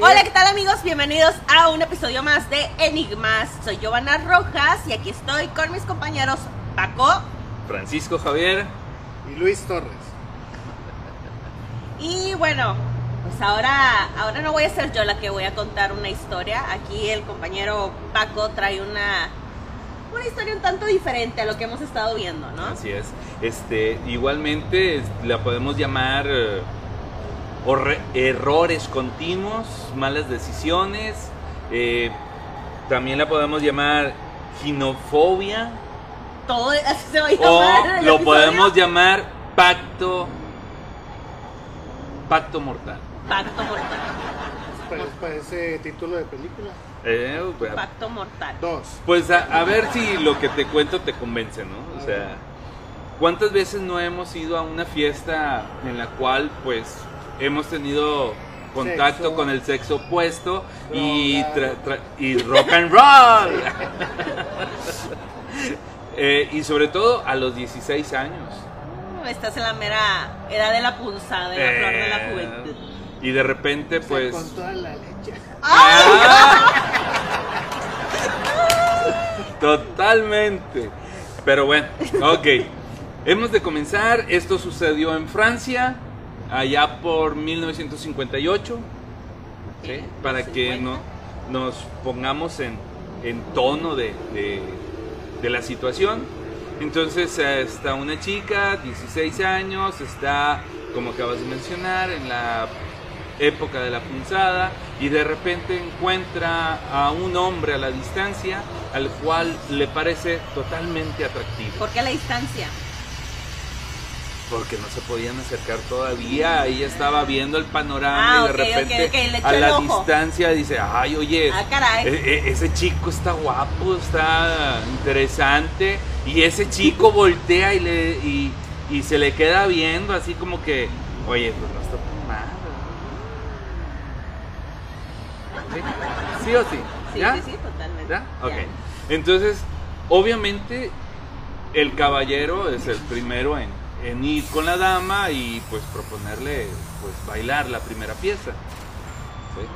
Hola, ¿qué tal amigos? Bienvenidos a un episodio más de Enigmas. Soy Giovanna Rojas y aquí estoy con mis compañeros Paco Francisco Javier. Y Luis Torres. y bueno, pues ahora, ahora no voy a ser yo la que voy a contar una historia. Aquí el compañero Paco trae una, una historia un tanto diferente a lo que hemos estado viendo, ¿no? Así es. Este, igualmente es- la podemos llamar eh, horre- errores continuos, malas decisiones. eh, también la podemos llamar ginofobia Todo así se va a o llamar. el lo episodio. podemos llamar pacto pacto mortal. Pacto mortal. Parece, parece Pues, título de película. Eh, pues, Pacto mortal. Dos. Pues a, a ver si lo que te cuento te convence, ¿no? O sea, ¿cuántas veces no hemos ido a una fiesta en la cual pues hemos tenido contacto Sexo. con el sexo opuesto y, Droga. tra- tra- y rock and roll? Eh, y sobre todo a los 16 años. Mm, Estás en la mera edad de la punzada, en la flor de la Eh, juventud. y de repente O sea, pues... Con toda la leche. Ah. Totalmente. Pero bueno, ok. Hemos de comenzar. Esto sucedió en Francia, allá por 1958. ¿sí? Para que no, nos pongamos en, en tono de, de- de la situación. Entonces eh, está una chica, 16 años, está, como acabas de mencionar, en la época de la punzada y de repente encuentra a un hombre a la distancia al cual le parece totalmente atractivo ¿Por qué la distancia? porque no se podían acercar todavía ella estaba viendo el Ah, ok, panorama y de repente ok, ok, le echó a el la ojo. distancia dice ay oye Ah, caray. e- e- ese chico está guapo está interesante y ese chico voltea y le y, y se le queda viendo así como que oye pues no está tan mal ¿Sí? ¿Sí o sí? Sí, ¿Ya? sí, sí, totalmente. ¿Ya? Ya. Ok. Entonces, obviamente, el caballero es el primero en, en ir con la dama y pues proponerle pues bailar la primera pieza. ¿sí?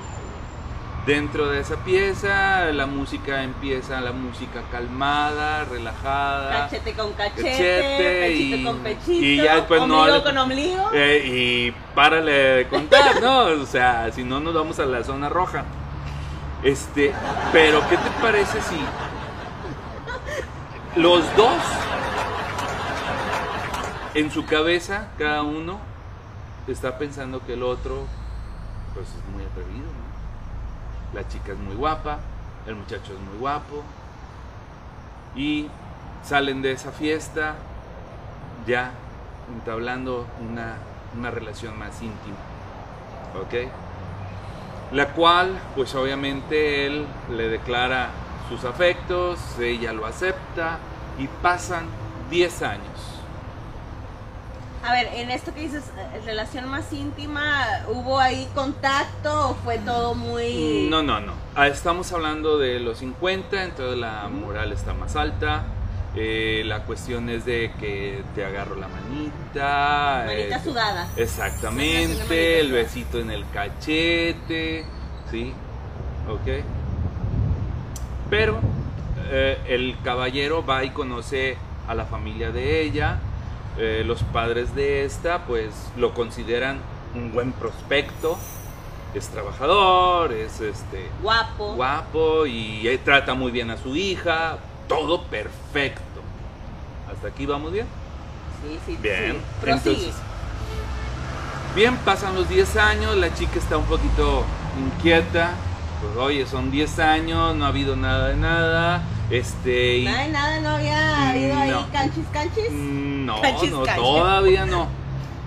Dentro de esa pieza, la música empieza, la música calmada, relajada. Cachete con cachete, Ah, Cachete y- pechito con pechito, y ya después no ombligo le- con ombligo. Eh, y párale de contar, ¿no? O sea, si no nos vamos a la zona roja. Este, pero ¿qué te parece si los dos en su cabeza, cada uno está pensando que el otro pues es muy atrevido, ¿no? La chica es muy guapa, el muchacho es muy guapo y salen de esa fiesta ya entablando una, una relación más íntima. ¿Ok? La cual, pues obviamente él le declara sus afectos, ella lo acepta y pasan 10 años. A ver, en esto que dices, eh, relación más íntima, ¿hubo ahí contacto o fue todo muy...? No, no, no. Ah, Estamos hablando de los 50, entonces la moral está más alta. Eh, la cuestión es de que te agarro la manita. Manita eh, sudada. Sensación de manita Exactamente, el sudada. besito en el cachete, ¿sí? Ok. Pero eh, el caballero va y conoce a la familia de ella. Eh, los padres de esta, pues lo consideran un buen prospecto. Es trabajador, es este Guapo. guapo y eh, trata muy bien a su hija. Todo perfecto. ¿Hasta aquí vamos bien? Sí, sí, Bien, sí. Prosigue. entonces. Bien, pasan los 10 años, la chica está un poquito inquieta. Pues oye, son 10 años, no ha habido nada de nada. Este. y- Nada de nada, no había habido ahí Mm, No. canchis, canchis. Mm, No, Cachis, no, cachis. todavía no.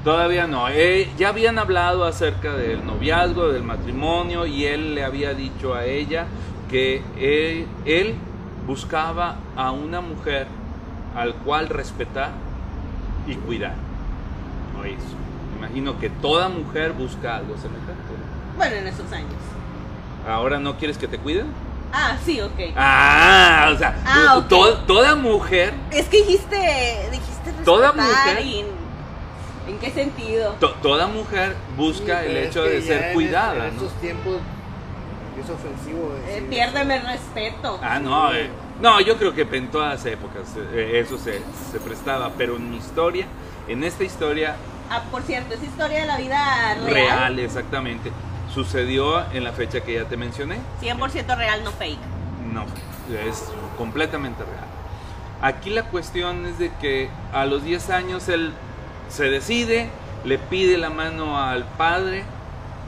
Todavía no. Eh, ya habían hablado acerca del noviazgo, del matrimonio, y él le había dicho a ella que él, él buscaba a una mujer al cual respetar y cuidar. No eso. Imagino que toda mujer busca algo semejante. Bueno, en esos años. ¿Ahora no quieres que te cuiden? Ah, sí, ok. Ah, o sea, Ah, ok. to- toda mujer Es que dijiste, dijiste Toda respetar mujer- y en- ¿En qué sentido? To- toda mujer busca Sí, el pero hecho es que de ya ser en- cuidada, En ¿no? estos tiempos es ofensivo. Eh, decir piérdeme el respeto. Ah, no, eh, no, yo creo que en todas épocas eh, eso se, se prestaba, pero en mi historia, en esta historia Ah, por cierto, es historia de la vida real. real, exactamente, sucedió en la fecha que ya te mencioné, 100% real, no fake. no, es completamente real. Aquí la cuestión es de que a los 10 años él se decide, le pide la mano al padre,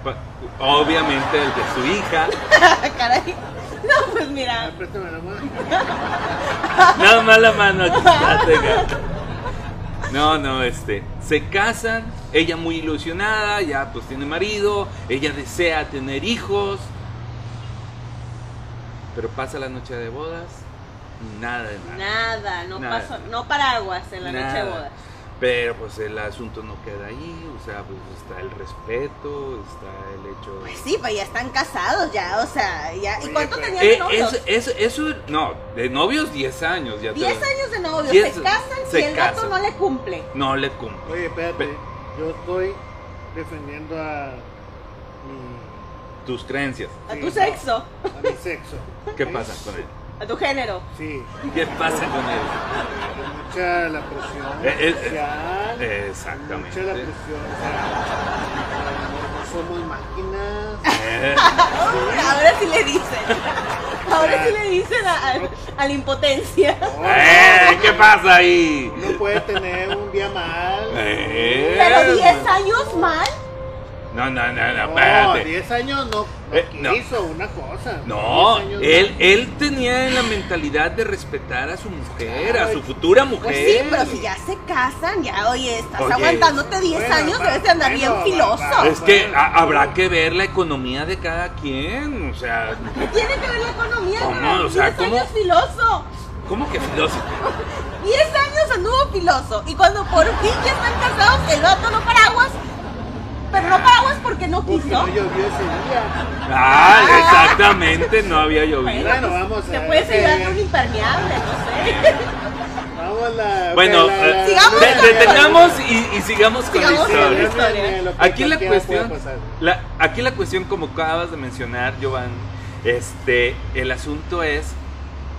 pa- obviamente el de su hija, Caray. No, pues Ah, mira. préstame la mano. Nada más la mano aquí está, tenga. No, no, este. Se casan, ella muy ilusionada, ya pues tiene marido, ella desea tener hijos. Pero pasa la noche de bodas, nada de nada. Nada, no Nada. pasó, no paraguas en la noche de Nada. boda. Pero pues el asunto no queda ahí, o sea, pues está el respeto, está el hecho. Pues sí, pues ya están casados ya, o sea, ya. ¿Y Oye, cuánto pero- tenían de Eh, novios? eso, eso, eso- no, de novios 10 años ya te- 10 años de novios, Diez- se casan se si el gato casan. no le cumple. No le cumple. Oye, espérate, Pe- yo estoy defendiendo a mi, Tus creencias. A Sí, tu no. sexo, a mi sexo. ¿Qué Pues Es- pasa con él? a tu género. Sí, ¿Qué pasa con él? con mucha la presión Eh, eh, eh, social. exactamente. Mucha la presión. o sea, no somos máquinas. Eh, Ahora sí le dicen. Ahora sí le dicen a, a- a la impotencia. No, eh, ¿Qué pasa ahí? No puede tener un día mal. Eh, Pero 10 años mal. No, no, no, no, No, espérate. 10 años no, no Eh, no. quiso una cosa. No, 10 años él, él tenía la mentalidad de respetar a su mujer, a su futura mujer. Pues sí, pero si ya se casan, ya oye, estás Oye. aguantándote 10 Bueno, años, va- debes de andar bueno, bien va- filoso. va- Es que ha- habrá que ver la economía de cada quien, o sea, ¿Qué tiene que ver la economía ¿Cómo? con el O sea, 10 ¿cómo? años filoso? ¿cómo que filósofo? 10 años anduvo filoso y cuando por fin ya están casados, el vato no paraguas, pero no paraguas porque no Porque quiso. no llovió ese día. Ah, exactamente, no había llovido. Bueno, vamos Te a- puedes eh, ayudar con un impermeable, no sé. Vamos la. Bueno, la- la- eh, Sigamos de- con- detengamos y, y sigamos con Sigamos la con historia. la historia. lo que Aquí la cualquiera cuestión, puede pasar. la- aquí la cuestión, como acabas de mencionar, Giovanni, este, el asunto es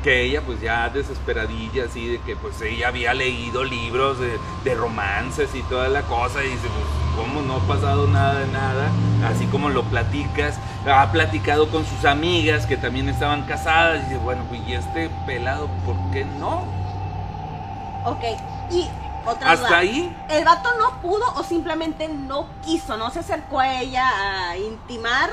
que ella, pues ya desesperadilla, así de que, pues ella había leído libros de, de romances y toda la cosa, y dice, pues, ¿cómo no ha pasado nada de nada? Así como lo platicas, ha platicado con sus amigas que también estaban casadas, y dice, bueno, pues, ¿y este pelado, por qué no? Ok, y otra Hasta duda. ahí. El vato no pudo o simplemente no quiso, no se acercó a ella a intimar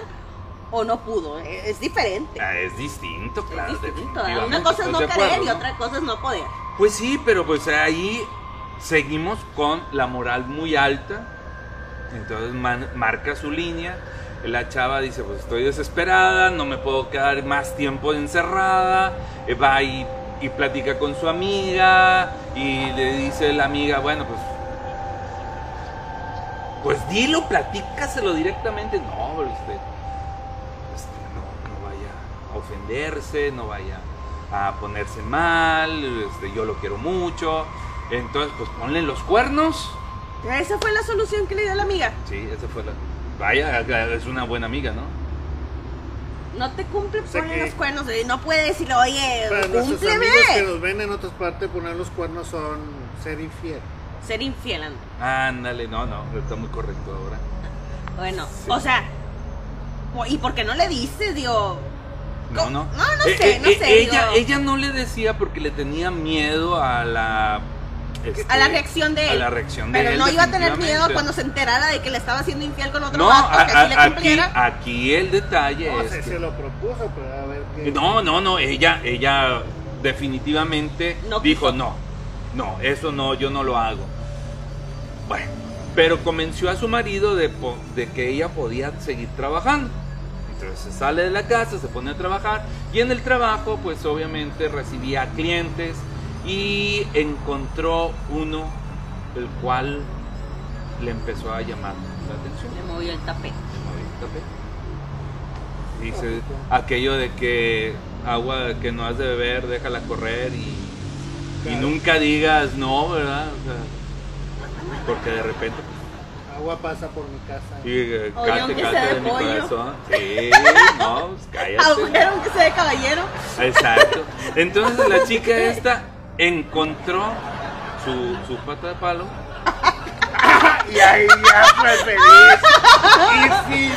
o no pudo. Es, es diferente. Ah, es distinto, claro. es distinto. ¿verdad? definitivamente, ¿eh? Una cosa es no ¿estás de querer acuerdo, y no? otra cosa es no poder. Pues sí, pero pues ahí seguimos con la moral muy alta. Entonces man- marca su línea. La chava dice, pues estoy desesperada, no me puedo quedar más tiempo encerrada. Eh, Va y, y platica con su amiga y le dice la amiga, bueno, pues... Pues dilo, platícaselo directamente. No, pero usted, este, no, no vaya a ofenderse, no vaya a ponerse mal, este, yo lo quiero mucho. Entonces, pues ponle los cuernos. Esa fue la solución que le dio la amiga. Sí, esa fue la. Vaya, es una buena amiga, ¿no? No te cumple, sea ponle que- los cuernos. eh, No puede decirle, oye, Para nuestros Eh, cúmpleme. amigos que nos ven en otras partes, poner los cuernos son ser infiel. Ser infiel. Andrés. Ándale, no, no, está muy correcto ahora. Bueno, Sí. o sea, po- ¿y por qué no le dices? Digo, No, ¿Cómo? no. Eh, No, no sé, no sé, Ella, digo- ella no le decía porque le tenía miedo a la. este, a la reacción de a él. la reacción de Pero él, no iba a tener miedo definitivamente. cuando se enterara de que le estaba haciendo infiel con otro No, vato, a- que así a- le aquí, cumpliera. aquí el detalle No es. sé, que- se lo propuso, pero a ver qué. No, no, no, ella, ella definitivamente No dijo quiso. no, no, eso no, yo no lo hago. Bueno, pero convenció a su marido de, po- de que ella podía seguir trabajando. Entonces sale de la casa, se pone a trabajar y en el trabajo pues obviamente recibía clientes y encontró uno el cual le empezó a llamar la atención. Le movió el tapete. Dice aquello de que agua que no has de beber, déjala correr y, y Claro. nunca digas no, ¿verdad? O sea, porque de repente pues, agua pasa por mi casa. Sí, eh, Oye, cate, aunque cate sea de de mi pollo. corazón. Sí, no, pues Ah, cállate. Agüero, que sea de caballero. Exacto. Entonces la chica esta encontró su, su pata de palo. Y ahí ya fue feliz.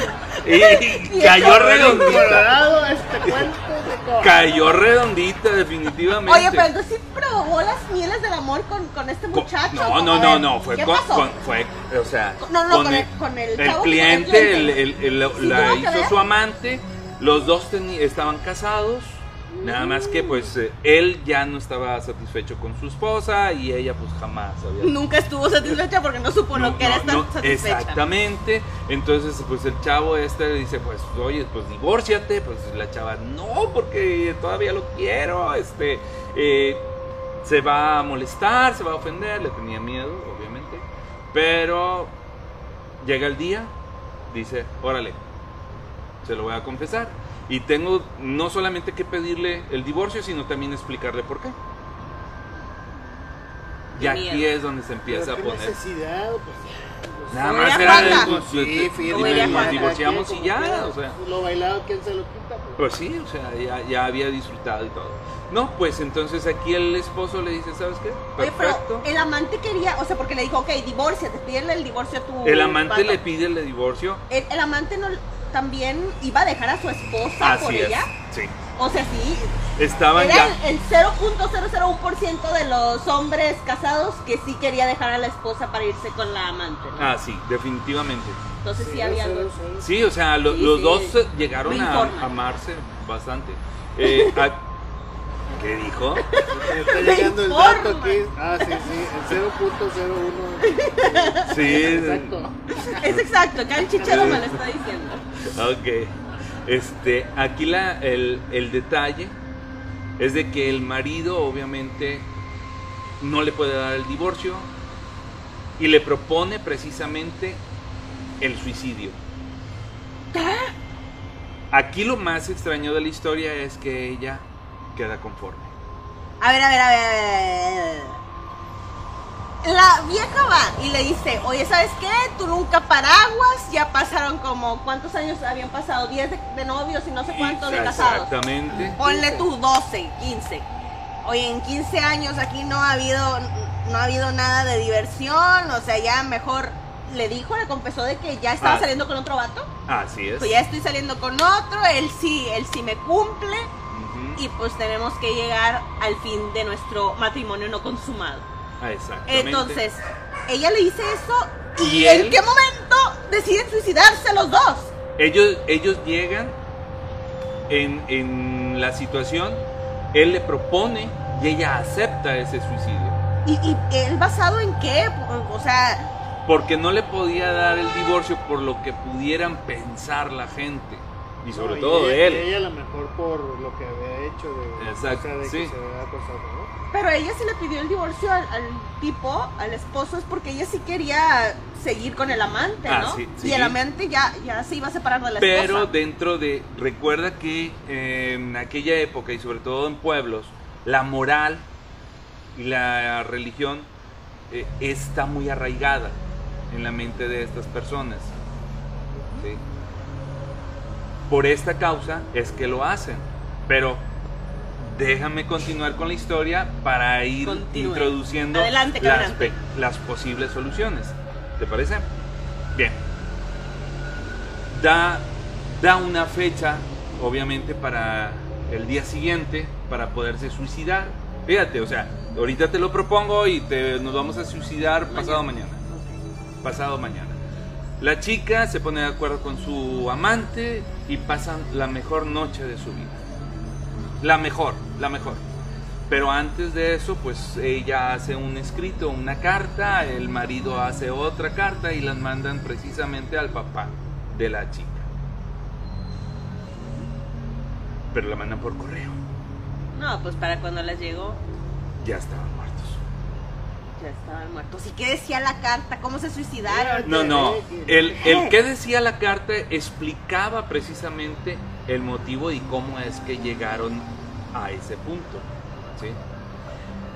Y Y cayó Y sí, redondita. colorado este cuento de cosas. Cayó redondita, definitivamente. Oye, pero entonces sí provocó las mieles del amor con, con este Co- muchacho. No, no, A no, ver, no, fue ¿qué con, pasó? con- fue, o sea, No, no, con el- con el chavo, cliente, cliente. el- el- el- Sí, la tuvo que hizo ver. su amante, los dos teni- estaban casados, nada más que pues eh, él ya no estaba satisfecho con su esposa y ella pues jamás había... Nunca estuvo satisfecha porque no supo No, lo que era no, estar no, satisfecha. exactamente, entonces pues el chavo este le dice pues oye pues divórciate, pues la chava no porque todavía lo quiero, este, eh, se va a molestar, se va a ofender, le tenía miedo obviamente, pero llega el día, dice, órale, se lo voy a confesar. Y tengo no solamente que pedirle el divorcio, sino también explicarle por qué. Y Qué aquí miedo. es donde se Pero empieza a qué poner. necesidad, pues, ya, Nada No más era era falta. pues, Sí, este, fíjate, y no era nos falta. divorciamos Como y ya, quiera, o sea. Lo bailado, ¿quién se lo quita? Pues pues? sí, o sea, ya, ya había disfrutado y todo. No, pues entonces aquí el esposo le dice, ¿sabes qué? Oye, Perfecto. pero el amante quería, o sea, porque le dijo, ok, divórciate, pídele el divorcio a tu. El amante vato". le pide el divorcio. El, el amante no también iba a dejar a su esposa por Así es. ella. Sí. O sea, sí. Estaban Era ya. el, el 0.001% de los hombres casados que sí quería dejar a la esposa para irse con la amante. ¿no? Ah, sí, definitivamente. Entonces sí, Sí, había. sí, dos. sí. Pues, Sí, o sea, lo- Sí, los sí. dos eh, llegaron Me a informa. amarse bastante. Eh, a- ¿Qué dijo? Me Está llegando el Informa. dato aquí. Ah, sí, sí, el 0.01. Sí, Exacto. Es exacto, acá el chichero me lo está diciendo. ok. Este, aquí la, el, el detalle es de que el marido obviamente no le puede dar el divorcio y le propone precisamente el suicidio. Aquí lo más extraño de la historia es que ella queda conforme. A ver, a ver, a ver, a ver. La vieja va y le dice, oye, ¿sabes qué? Tú nunca paraguas, ya pasaron como, ¿cuántos años habían pasado? 10 de, de novios y no sé cuántos de casados. Exactamente. Ponle tú 12, 15. Oye, en 15 años aquí no ha habido no ha habido nada de diversión, o sea, ya mejor le dijo, le confesó de que ya estaba Ah. saliendo con otro vato. Así es. Pues ya estoy saliendo con otro, él sí, él sí me cumple Ujú. y pues tenemos que llegar al fin de nuestro matrimonio no consumado. Ah, exactamente. Entonces, ella le dice eso y, ¿Y él? en qué momento deciden suicidarse los dos. Ellos, ellos llegan en, en la situación, él le propone y ella acepta ese suicidio. ¿Y, y él basado en qué? O sea, Porque no le podía dar el divorcio por lo que pudieran pensar la gente. Y sobre No, todo ella, él. y ella a lo mejor por lo que había hecho de, Exacto, o sea, de sí. que se había acosado, ¿no? pero ella sí le pidió el divorcio al, al tipo, al esposo, es porque ella sí quería seguir con el amante, Ah, ¿no? sí, sí. Y el amante ya, ya se iba a separar de la Pero esposa. dentro de, recuerda que eh, en aquella época y sobre todo en pueblos, la moral y la religión eh, está muy arraigada en la mente de estas personas. ¿sí? Por esta causa es que lo hacen. Pero déjame continuar con la historia para ir Continúe. introduciendo Adelante, las, cabrón. pe- las posibles soluciones. ¿Te parece? Bien da, da una fecha, obviamente, para el día siguiente, para poderse suicidar. Fíjate, o sea, ahorita te lo propongo y te- nos vamos a suicidar pasado mañana. Pasado mañana. La chica se pone de acuerdo con su amante y pasan la mejor noche de su vida. La mejor, la mejor. Pero antes de eso, pues ella hace un escrito, una carta, el marido hace otra carta y las mandan precisamente al papá de la chica. Pero la mandan por correo. No, pues para cuando las llegó Ya estaban muertos. ya estaban muertos. ¿Y qué decía la carta? ¿Cómo se suicidaron? No, no. El, el que decía la carta explicaba precisamente el motivo y cómo es que llegaron a ese punto. ¿sí?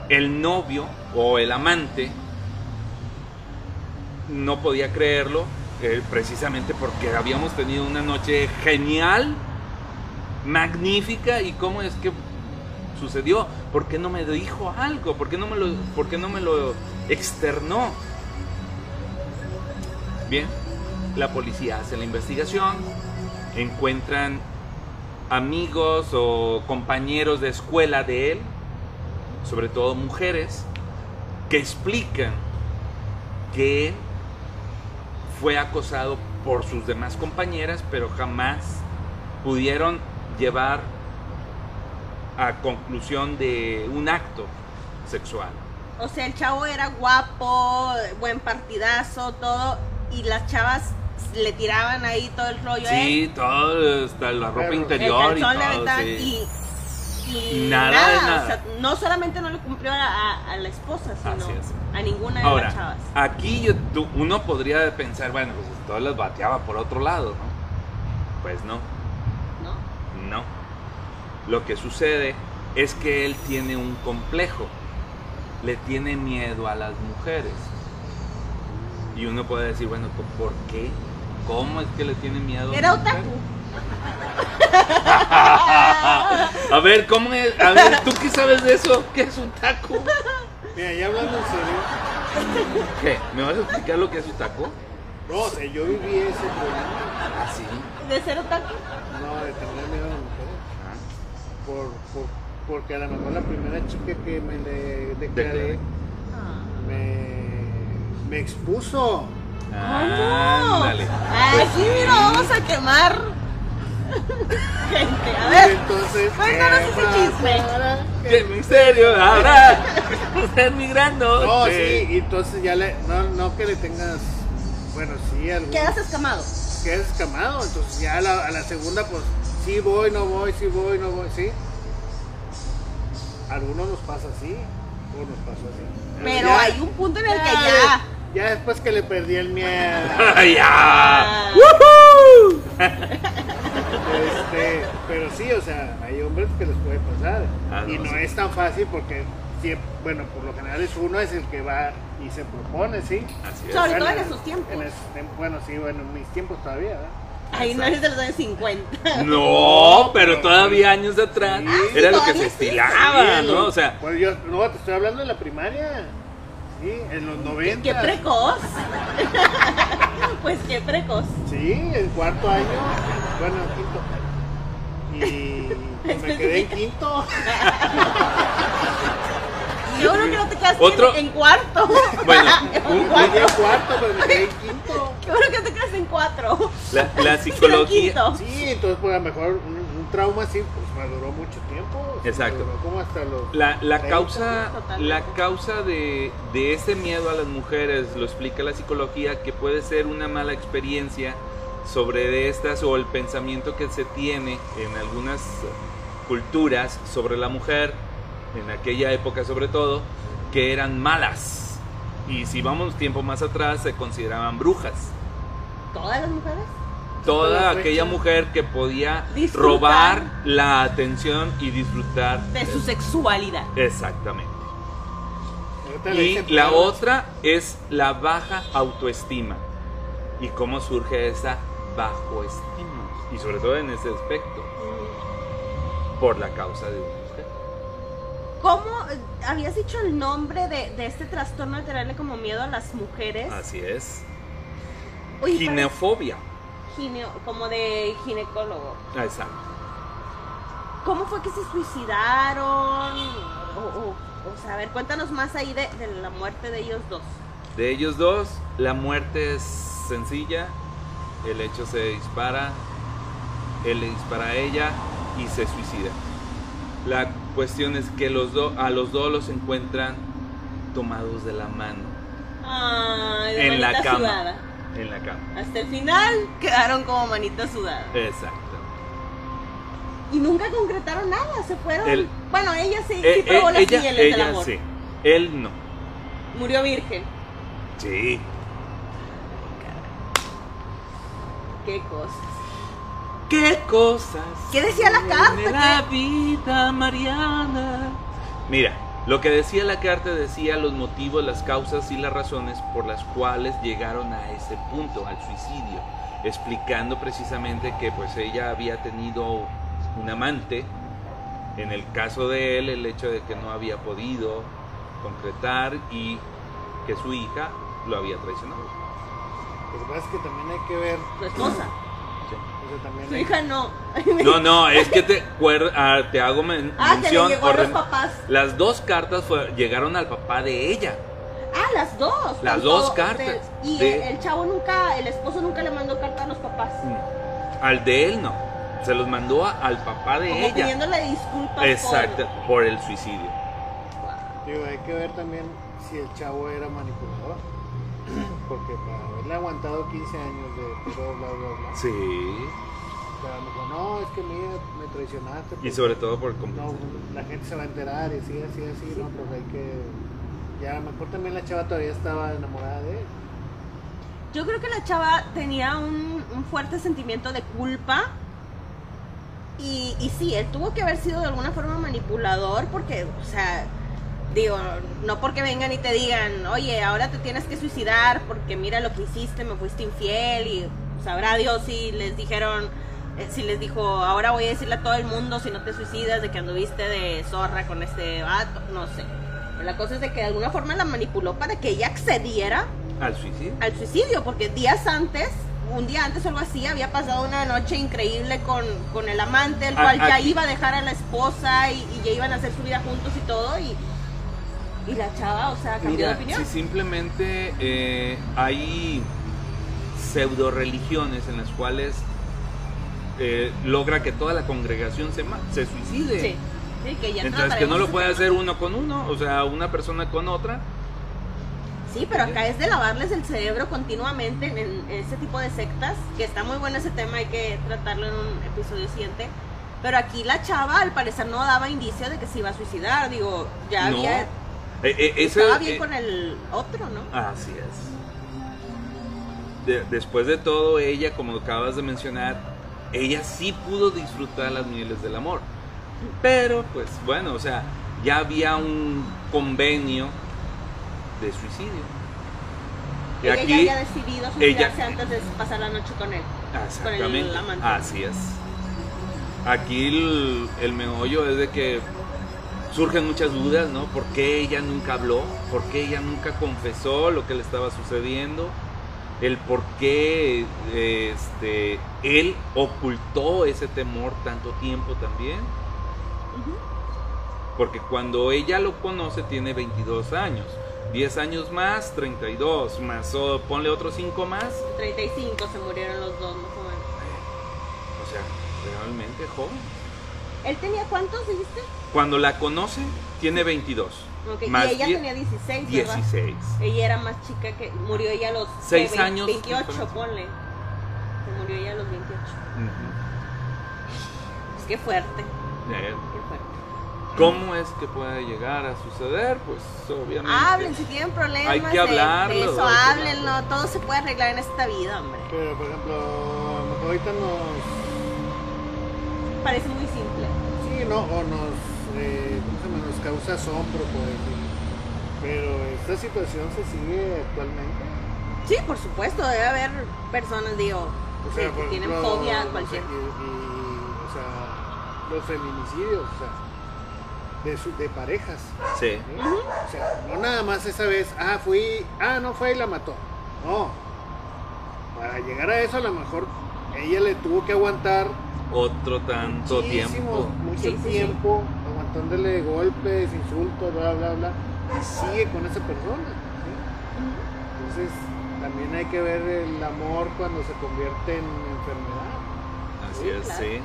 El novio o el amante no podía creerlo, eh, precisamente porque habíamos tenido una noche genial, magnífica, y cómo es que sucedió, por qué no me dijo algo, por qué no me lo, por qué no me lo externó. Bien, la policía hace la investigación, encuentran amigos o compañeros de escuela de él, sobre todo mujeres, que explican que él fue acosado por sus demás compañeras, pero jamás pudieron llevar a conclusión de un acto sexual. O sea, el chavo era guapo, buen partidazo, todo, y las chavas le tiraban ahí todo el rollo. a él. Sí, todo, hasta la ropa Pero- interior el y calzón le todo. aventaban sí. y, y Nada nada, de nada. O sea, no solamente no le cumplió a, a- a la esposa, sino Así es. a ninguna de las Ahora, chavas. aquí yo- tú- uno podría pensar, bueno, pues todas las bateaba por otro lado, ¿no? Pues no, ¿no? no. Lo que sucede es que él tiene un complejo, le tiene miedo a las mujeres. Y uno puede decir, bueno, ¿por qué? ¿Cómo es que le tiene miedo? a Era las mujeres? otaku. A ver, ¿cómo es? A ver, ¿tú qué sabes de eso? ¿Qué es un taco? Mira, ya hablando en serio, ¿Qué? ¿Me vas a explicar lo que es un taco? no, o sea, yo viví ese problema, Ah, sí. De ser otaku. no, de tener miedo a las mujeres, Ah. por, por- porque a lo mejor la primera chica que me le declaré Declaré. me, me expuso. no. Ándale. Pues Ay, sí, mira, vamos a quemar. Gente, a ver. Y entonces, Cuéntanos ¿qué ese pasará? chisme. ¿Qué misterio? Ahora estás migrando. No, sí, Este, y entonces ya le, no, no que le tengas, bueno, sí, algún, Quedas escamado. quedas escamado, entonces ya a la, a la segunda, pues, sí voy, no voy, sí voy, no voy, sí. Algunos nos pasa así, o nos pasó así. Pero ya- hay un punto en el que ya. ya. Ya después que le perdí el miedo, ¡Ya! Ah. ¡Woohoo! este, pero sí, o sea, hay hombres que les puede pasar. Ah, no, y no sí. es tan fácil porque, siempre, bueno, por lo general es uno es el que va y se propone, ¿sí? Así es. Sorry. Sobre todo en Bueno, esos tiempos. en esos tiempos, bueno, sí, bueno, en mis tiempos todavía, ¿verdad? Ahí no es de los años 50. No, pero todavía años atrás Sí. era lo que Todavía se sí. estilaba, Sí, Ah, ¿no? O sea, Pues yo, no, te estoy hablando de la primaria. Sí, en los 90. ¡Qué precoz! pues qué precoz. Sí, el cuarto año. Bueno, quinto. Y me quedé en quinto. Yo creo que no te quedaste Otro- en, en cuarto. Bueno, En un- Me cuarto. quedé en cuarto, pero me quedé en quinto. Yo creo que te quedaste en cuatro. la, la Quinto. psicología. Sí, entonces pues a lo mejor un, un trauma así pues me duró mucho tiempo. Sí, Exacto. me duró como hasta los... La, la Ahí causa, totalmente. la causa de, de ese miedo a las mujeres lo explica la psicología, que puede ser una mala experiencia sobre estas o el pensamiento que se tiene en algunas culturas sobre la mujer, en aquella época sobre todo, que eran malas. Y si vamos tiempo más atrás, se consideraban brujas. ¿Todas las mujeres? Toda Hasta la aquella fecha. mujer que podía Disfrutar. robar la atención y disfrutar De su sexualidad. Exactamente. Ahorita le Y dicen la traumas. otra es la baja autoestima. ¿Y cómo surge esa bajo estima? Y sobre todo en ese aspecto, por la causa de una mujer. ¿Cómo eh, habías dicho el nombre de, de este trastorno de tenerle como miedo a las mujeres? Así es. Oye, para- Ginefobia. gine- como de ginecólogo. Ah, Exacto. ¿Cómo fue que se suicidaron? O, o- o sea, a ver, cuéntanos más ahí de, de la muerte de ellos dos. De ellos dos, la muerte es sencilla. El hecho se dispara. Él le dispara a ella y se suicida. La cuestión es que los do- a los dos los encuentran tomados de la mano. Ay, de en la manita cama. sudada. En la cama. Hasta el final quedaron como manita sudada. Eh. Exacto. Y nunca concretaron nada, se fueron. El- bueno, ella sí, Eh, sí probó eh, las ella, mieles del ella amor. sí. Él no. Murió virgen. Sí. Qué cosas. ¿Qué cosas? ¿Qué decía la carta? tiene la vida, Mariana? Mira, Lo que decía la carta decía los motivos, las causas y las razones por las cuales llegaron a ese punto, al suicidio, explicando precisamente que pues ella había tenido un amante, en el caso de él el hecho de que no había podido concretar y que su hija lo había traicionado. Pues vas que también hay que ver. su esposa. o sea, también Su hay- hija no. No, no, es que te, cuer- ah, te hago men- Ah, que le mención. llegó a los orden- papás. Las dos cartas fue- llegaron al papá de ella. Ah, las dos. Las tanto dos cartas de- y de- el, el chavo nunca, el esposo nunca le mandó carta a los papás. Al de él no. Se los mandó a- al papá de Como ella. pidiéndole disculpas. por- Exacto, por el suicidio. Digo, hay que ver también si el chavo era manipulador. Porque para haberle aguantado 15 años de puro bla bla bla. Sí. o sea, a lo mejor, no, es que mira, me traicionaste. Y pues, sobre todo por No, compensación. la gente se va a enterar y así, así, así, no, pues hay que. Ya a lo mejor también la chava todavía estaba enamorada de él. Yo creo que la chava tenía un, un fuerte sentimiento de culpa. Y, y sí, él tuvo que haber sido de alguna forma manipulador porque, o sea, digo, no porque vengan y te digan, oye, ahora te tienes que suicidar porque mira lo que hiciste, me fuiste infiel y sabrá Dios si les dijeron, eh, si les dijo, ahora voy a decirle a todo el mundo si no te suicidas de que anduviste de zorra con este vato, no sé. La cosa es de que de alguna forma la manipuló para que ella accediera Al suicidio. al suicidio, porque días antes, un día antes o algo así, había pasado una noche increíble con, con el amante, el A- cual ya Ah, aquí. iba a dejar a la esposa y, y ya iban a hacer su vida juntos y todo, y, y la chava, o sea, cambió de Mira, opinión. si simplemente eh, hay pseudo religiones en las cuales eh, logra que toda la congregación se, ma- se suicide. Sí, sí, que ya Mientras que trataremos no lo ese puede tema. hacer uno con uno, o sea, una persona con otra. Sí, pero acá es de lavarles el cerebro continuamente en, en ese tipo de sectas, que está muy bueno ese tema, hay que tratarlo en un episodio siguiente. Pero aquí la chava al parecer no daba indicio de que se iba a suicidar, digo, ya no. había... Eh, eh, ese- Estaba bien eh, con el otro, ¿no? Así es. De- después de todo, ella, como acabas de mencionar, ella sí pudo disfrutar las mieles del amor. Pero, pues bueno, o sea, ya había un convenio de suicidio. Y ella aquí, ya había decidido suicidarse ella- antes de pasar la noche con él. Exactamente. con el amante. Así es. Aquí el, el meollo es de que surgen muchas dudas, ¿no? ¿Por qué ella nunca habló? ¿Por qué ella nunca confesó lo que le estaba sucediendo? El por qué eh, este, él ocultó ese temor tanto tiempo también. Porque cuando ella lo conoce tiene 22 años. 10 años más, 32. Más, oh, ponle otros 5 más. 35 se murieron los dos, más o menos. O sea, realmente joven. ¿Él tenía cuántos, dijiste? Cuando la conoce, tiene 22. Ok, Más y ella die- tenía 16, ¿verdad? 16. Ella era más chica que... Murió ella a los... ¿qué? Seis Ve- años 28, diferencia. ponle. Se murió ella a los 28. Ujú. Es que fuerte, Eh, qué fuerte. ¿Cómo es que puede llegar a suceder? Pues obviamente. Hablen, si tienen problemas Hay que de- de hablarlo, hay que eso, hablarlo. háblenlo. Todo se puede arreglar en esta vida, hombre. Pero por ejemplo, a lo mejor ahorita nos. Parece muy simple. Sí, no, o nos. eh, ¿cómo se llama? Nos causa asombro, pues. y- Pero esta situación se sigue actualmente. Sí, por supuesto, debe haber personas, digo, O que- sea, que por tienen ejemplo, fobia a no sé, cualquier. Y, y, o sea, los feminicidios, o sea, de, su- de parejas. Sí. ¿sí? O sea, no nada más esa vez, ah, fui, ah, no fue y la mató. No. Para llegar a eso, a lo mejor ella le tuvo que aguantar Otro tanto muchísimo, tiempo. mucho Sí, sí, sí. tiempo, aguantándole golpes, insultos, bla, bla, bla, y sigue con esa persona. ¿sí? Entonces, también hay que ver el amor cuando se convierte en enfermedad. Así Sí, es, claro. sí.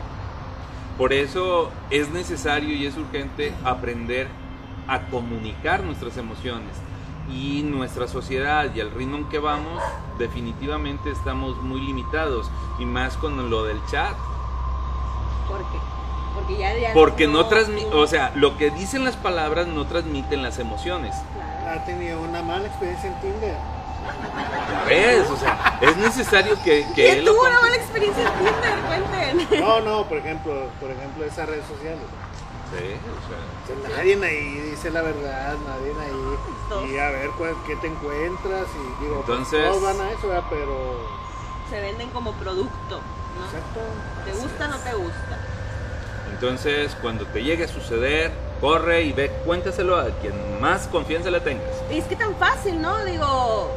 Por eso es necesario y es urgente aprender a comunicar nuestras emociones. Y nuestra sociedad y el ritmo en que vamos, definitivamente estamos muy limitados. Y más con lo del chat. ¿Por qué? Porque ya, ya Porque no transmite, o sea, lo que dicen las palabras no transmiten las emociones. Claro. ha tenido una mala experiencia en Tinder. Ya ves, o sea, es necesario que, que ¿Quién él lo tuvo una compre. mala experiencia en Tinder? Cuenten. No, no, por ejemplo, por ejemplo esas redes sociales. Sí, o O sea, nadie ahí dice la verdad, nadie Dos. ahí. Y a ver cuál- qué te encuentras. Y digo, pues, Entonces- todos van a eso, ¿verdad? pero. Se venden como producto, ¿no? Exacto. ¿Te gusta o no te gusta? sea, entonces cuando te llegue a suceder, corre y ve, cuéntaselo a quien más confianza le tengas. Y es que tan fácil, ¿no? Digo,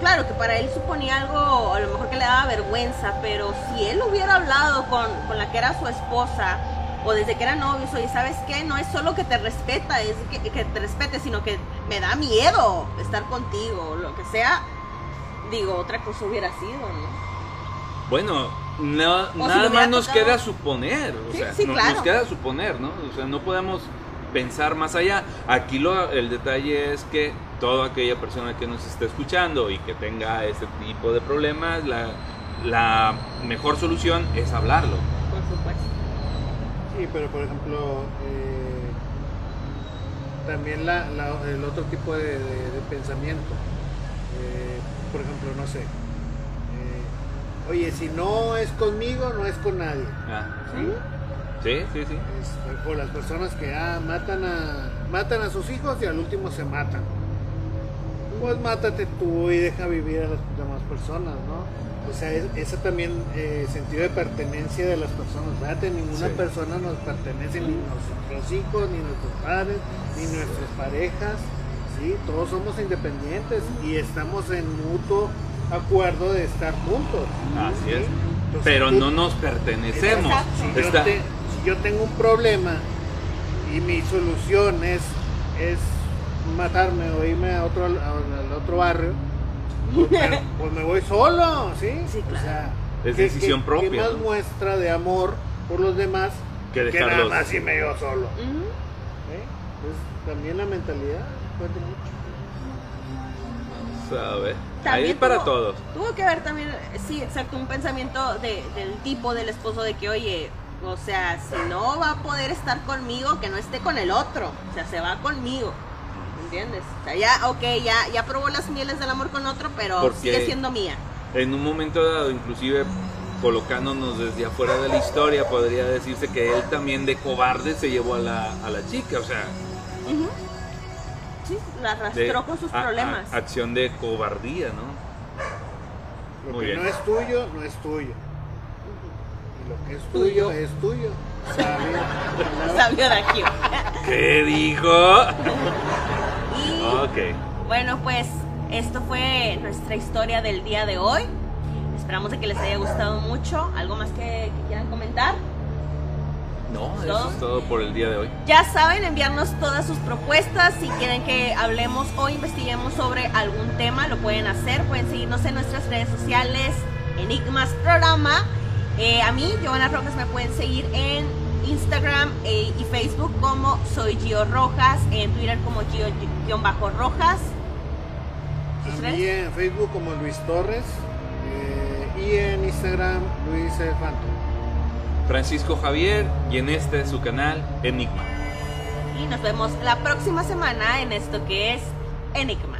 claro que para él suponía algo, a lo mejor que le daba vergüenza, pero si él hubiera hablado con, con la que era su esposa, o desde que era novio, oye, ¿sabes qué? No es solo que te respeta, es que, que te respete, sino que me da miedo estar contigo, o lo que sea. Digo, otra cosa hubiera sido, ¿no? Bueno, no- si nada lo hubiera más nos tocado. queda suponer, o Sí, sea, sí, no- claro. nos queda suponer, ¿no? O sea, no podemos pensar más allá. Aquí lo, el detalle es que toda aquella persona que nos esté escuchando y que tenga este tipo de problemas, la, la mejor solución es hablarlo. Por supuesto. Sí, pero por ejemplo, eh, también la, la- el otro tipo de, de- de pensamiento. Eh, por ejemplo, no sé. eh, oye, si no es conmigo, no es con nadie. Ah, ¿sí? sí, sí, sí. Este, o las personas que ah, matan a matan a sus hijos y al último se matan. Pues mátate tú y deja vivir a las demás personas, ¿no? O sea, es- ese también eh, sentido de pertenencia de las personas. Fíjate, ninguna Sí. persona nos pertenece, ni nuestros hijos, ni nuestros padres, ni nuestras parejas. Sí, todos somos independientes y estamos en mutuo acuerdo de estar juntos. Así ¿sí? es. Entonces, Pero tú- no nos pertenecemos. Exacto. si yo, Está- te- si yo tengo un problema y mi solución es, es matarme o irme a otro, a- al otro barrio, pues, pero, pues me voy solo, ¿sí? Sí, O sea, Es ¿qué- decisión qué- propia, ¿Qué más ¿no? muestra de amor por los demás Que que nada dejarlos. más irme yo solo? ¿sí? Ujú. Entonces, también la mentalidad cuenta mucho. ¿Sabe? Ahí También es para tuvo- todos. Tuvo que haber también, eh, sí, exacto, un pensamiento de- del tipo del esposo de que, oye, o sea, si no va a poder estar conmigo, que no esté con el otro, o sea, se va conmigo, ¿entiendes? O sea, ya, ok, ya, ya probó las mieles del amor con otro, pero Porque- sigue siendo mía. En un momento dado, inclusive colocándonos desde afuera de la historia, podría decirse que él también de cobarde se llevó a la, a la chica, o sea, Ujú. Sí, la de- arrastró con sus a- a- problemas. acción de cobardía, ¿no? Lo Muy que bien. no es tuyo, no es tuyo. Y lo que es Tuyo. tuyo, es tuyo. ¿sabes? Sabio de aquí. ¿Qué dijo? Y Ok. Bueno, pues esto fue nuestra historia del día de hoy. Esperamos de que les haya gustado mucho. ¿Algo más que, que quieran comentar? No, ¿Todo? eso es todo por el día de hoy. Ya saben, enviarnos todas sus propuestas. Si quieren que hablemos o investiguemos sobre algún tema, lo pueden hacer. Pueden seguirnos en nuestras redes sociales, Enigmas Programa. Eh, a mí, Giovanna Rojas, me pueden seguir en Instagram eh, y Facebook como Soy Gio Rojas, en Twitter como Gio-Rojas. A ¿Sus mí en Facebook como Luis Torres eh, y en Instagram Luis el Phantom. Francisco Javier y en este su canal Enigma. Y nos vemos la próxima semana en esto que es Enigma.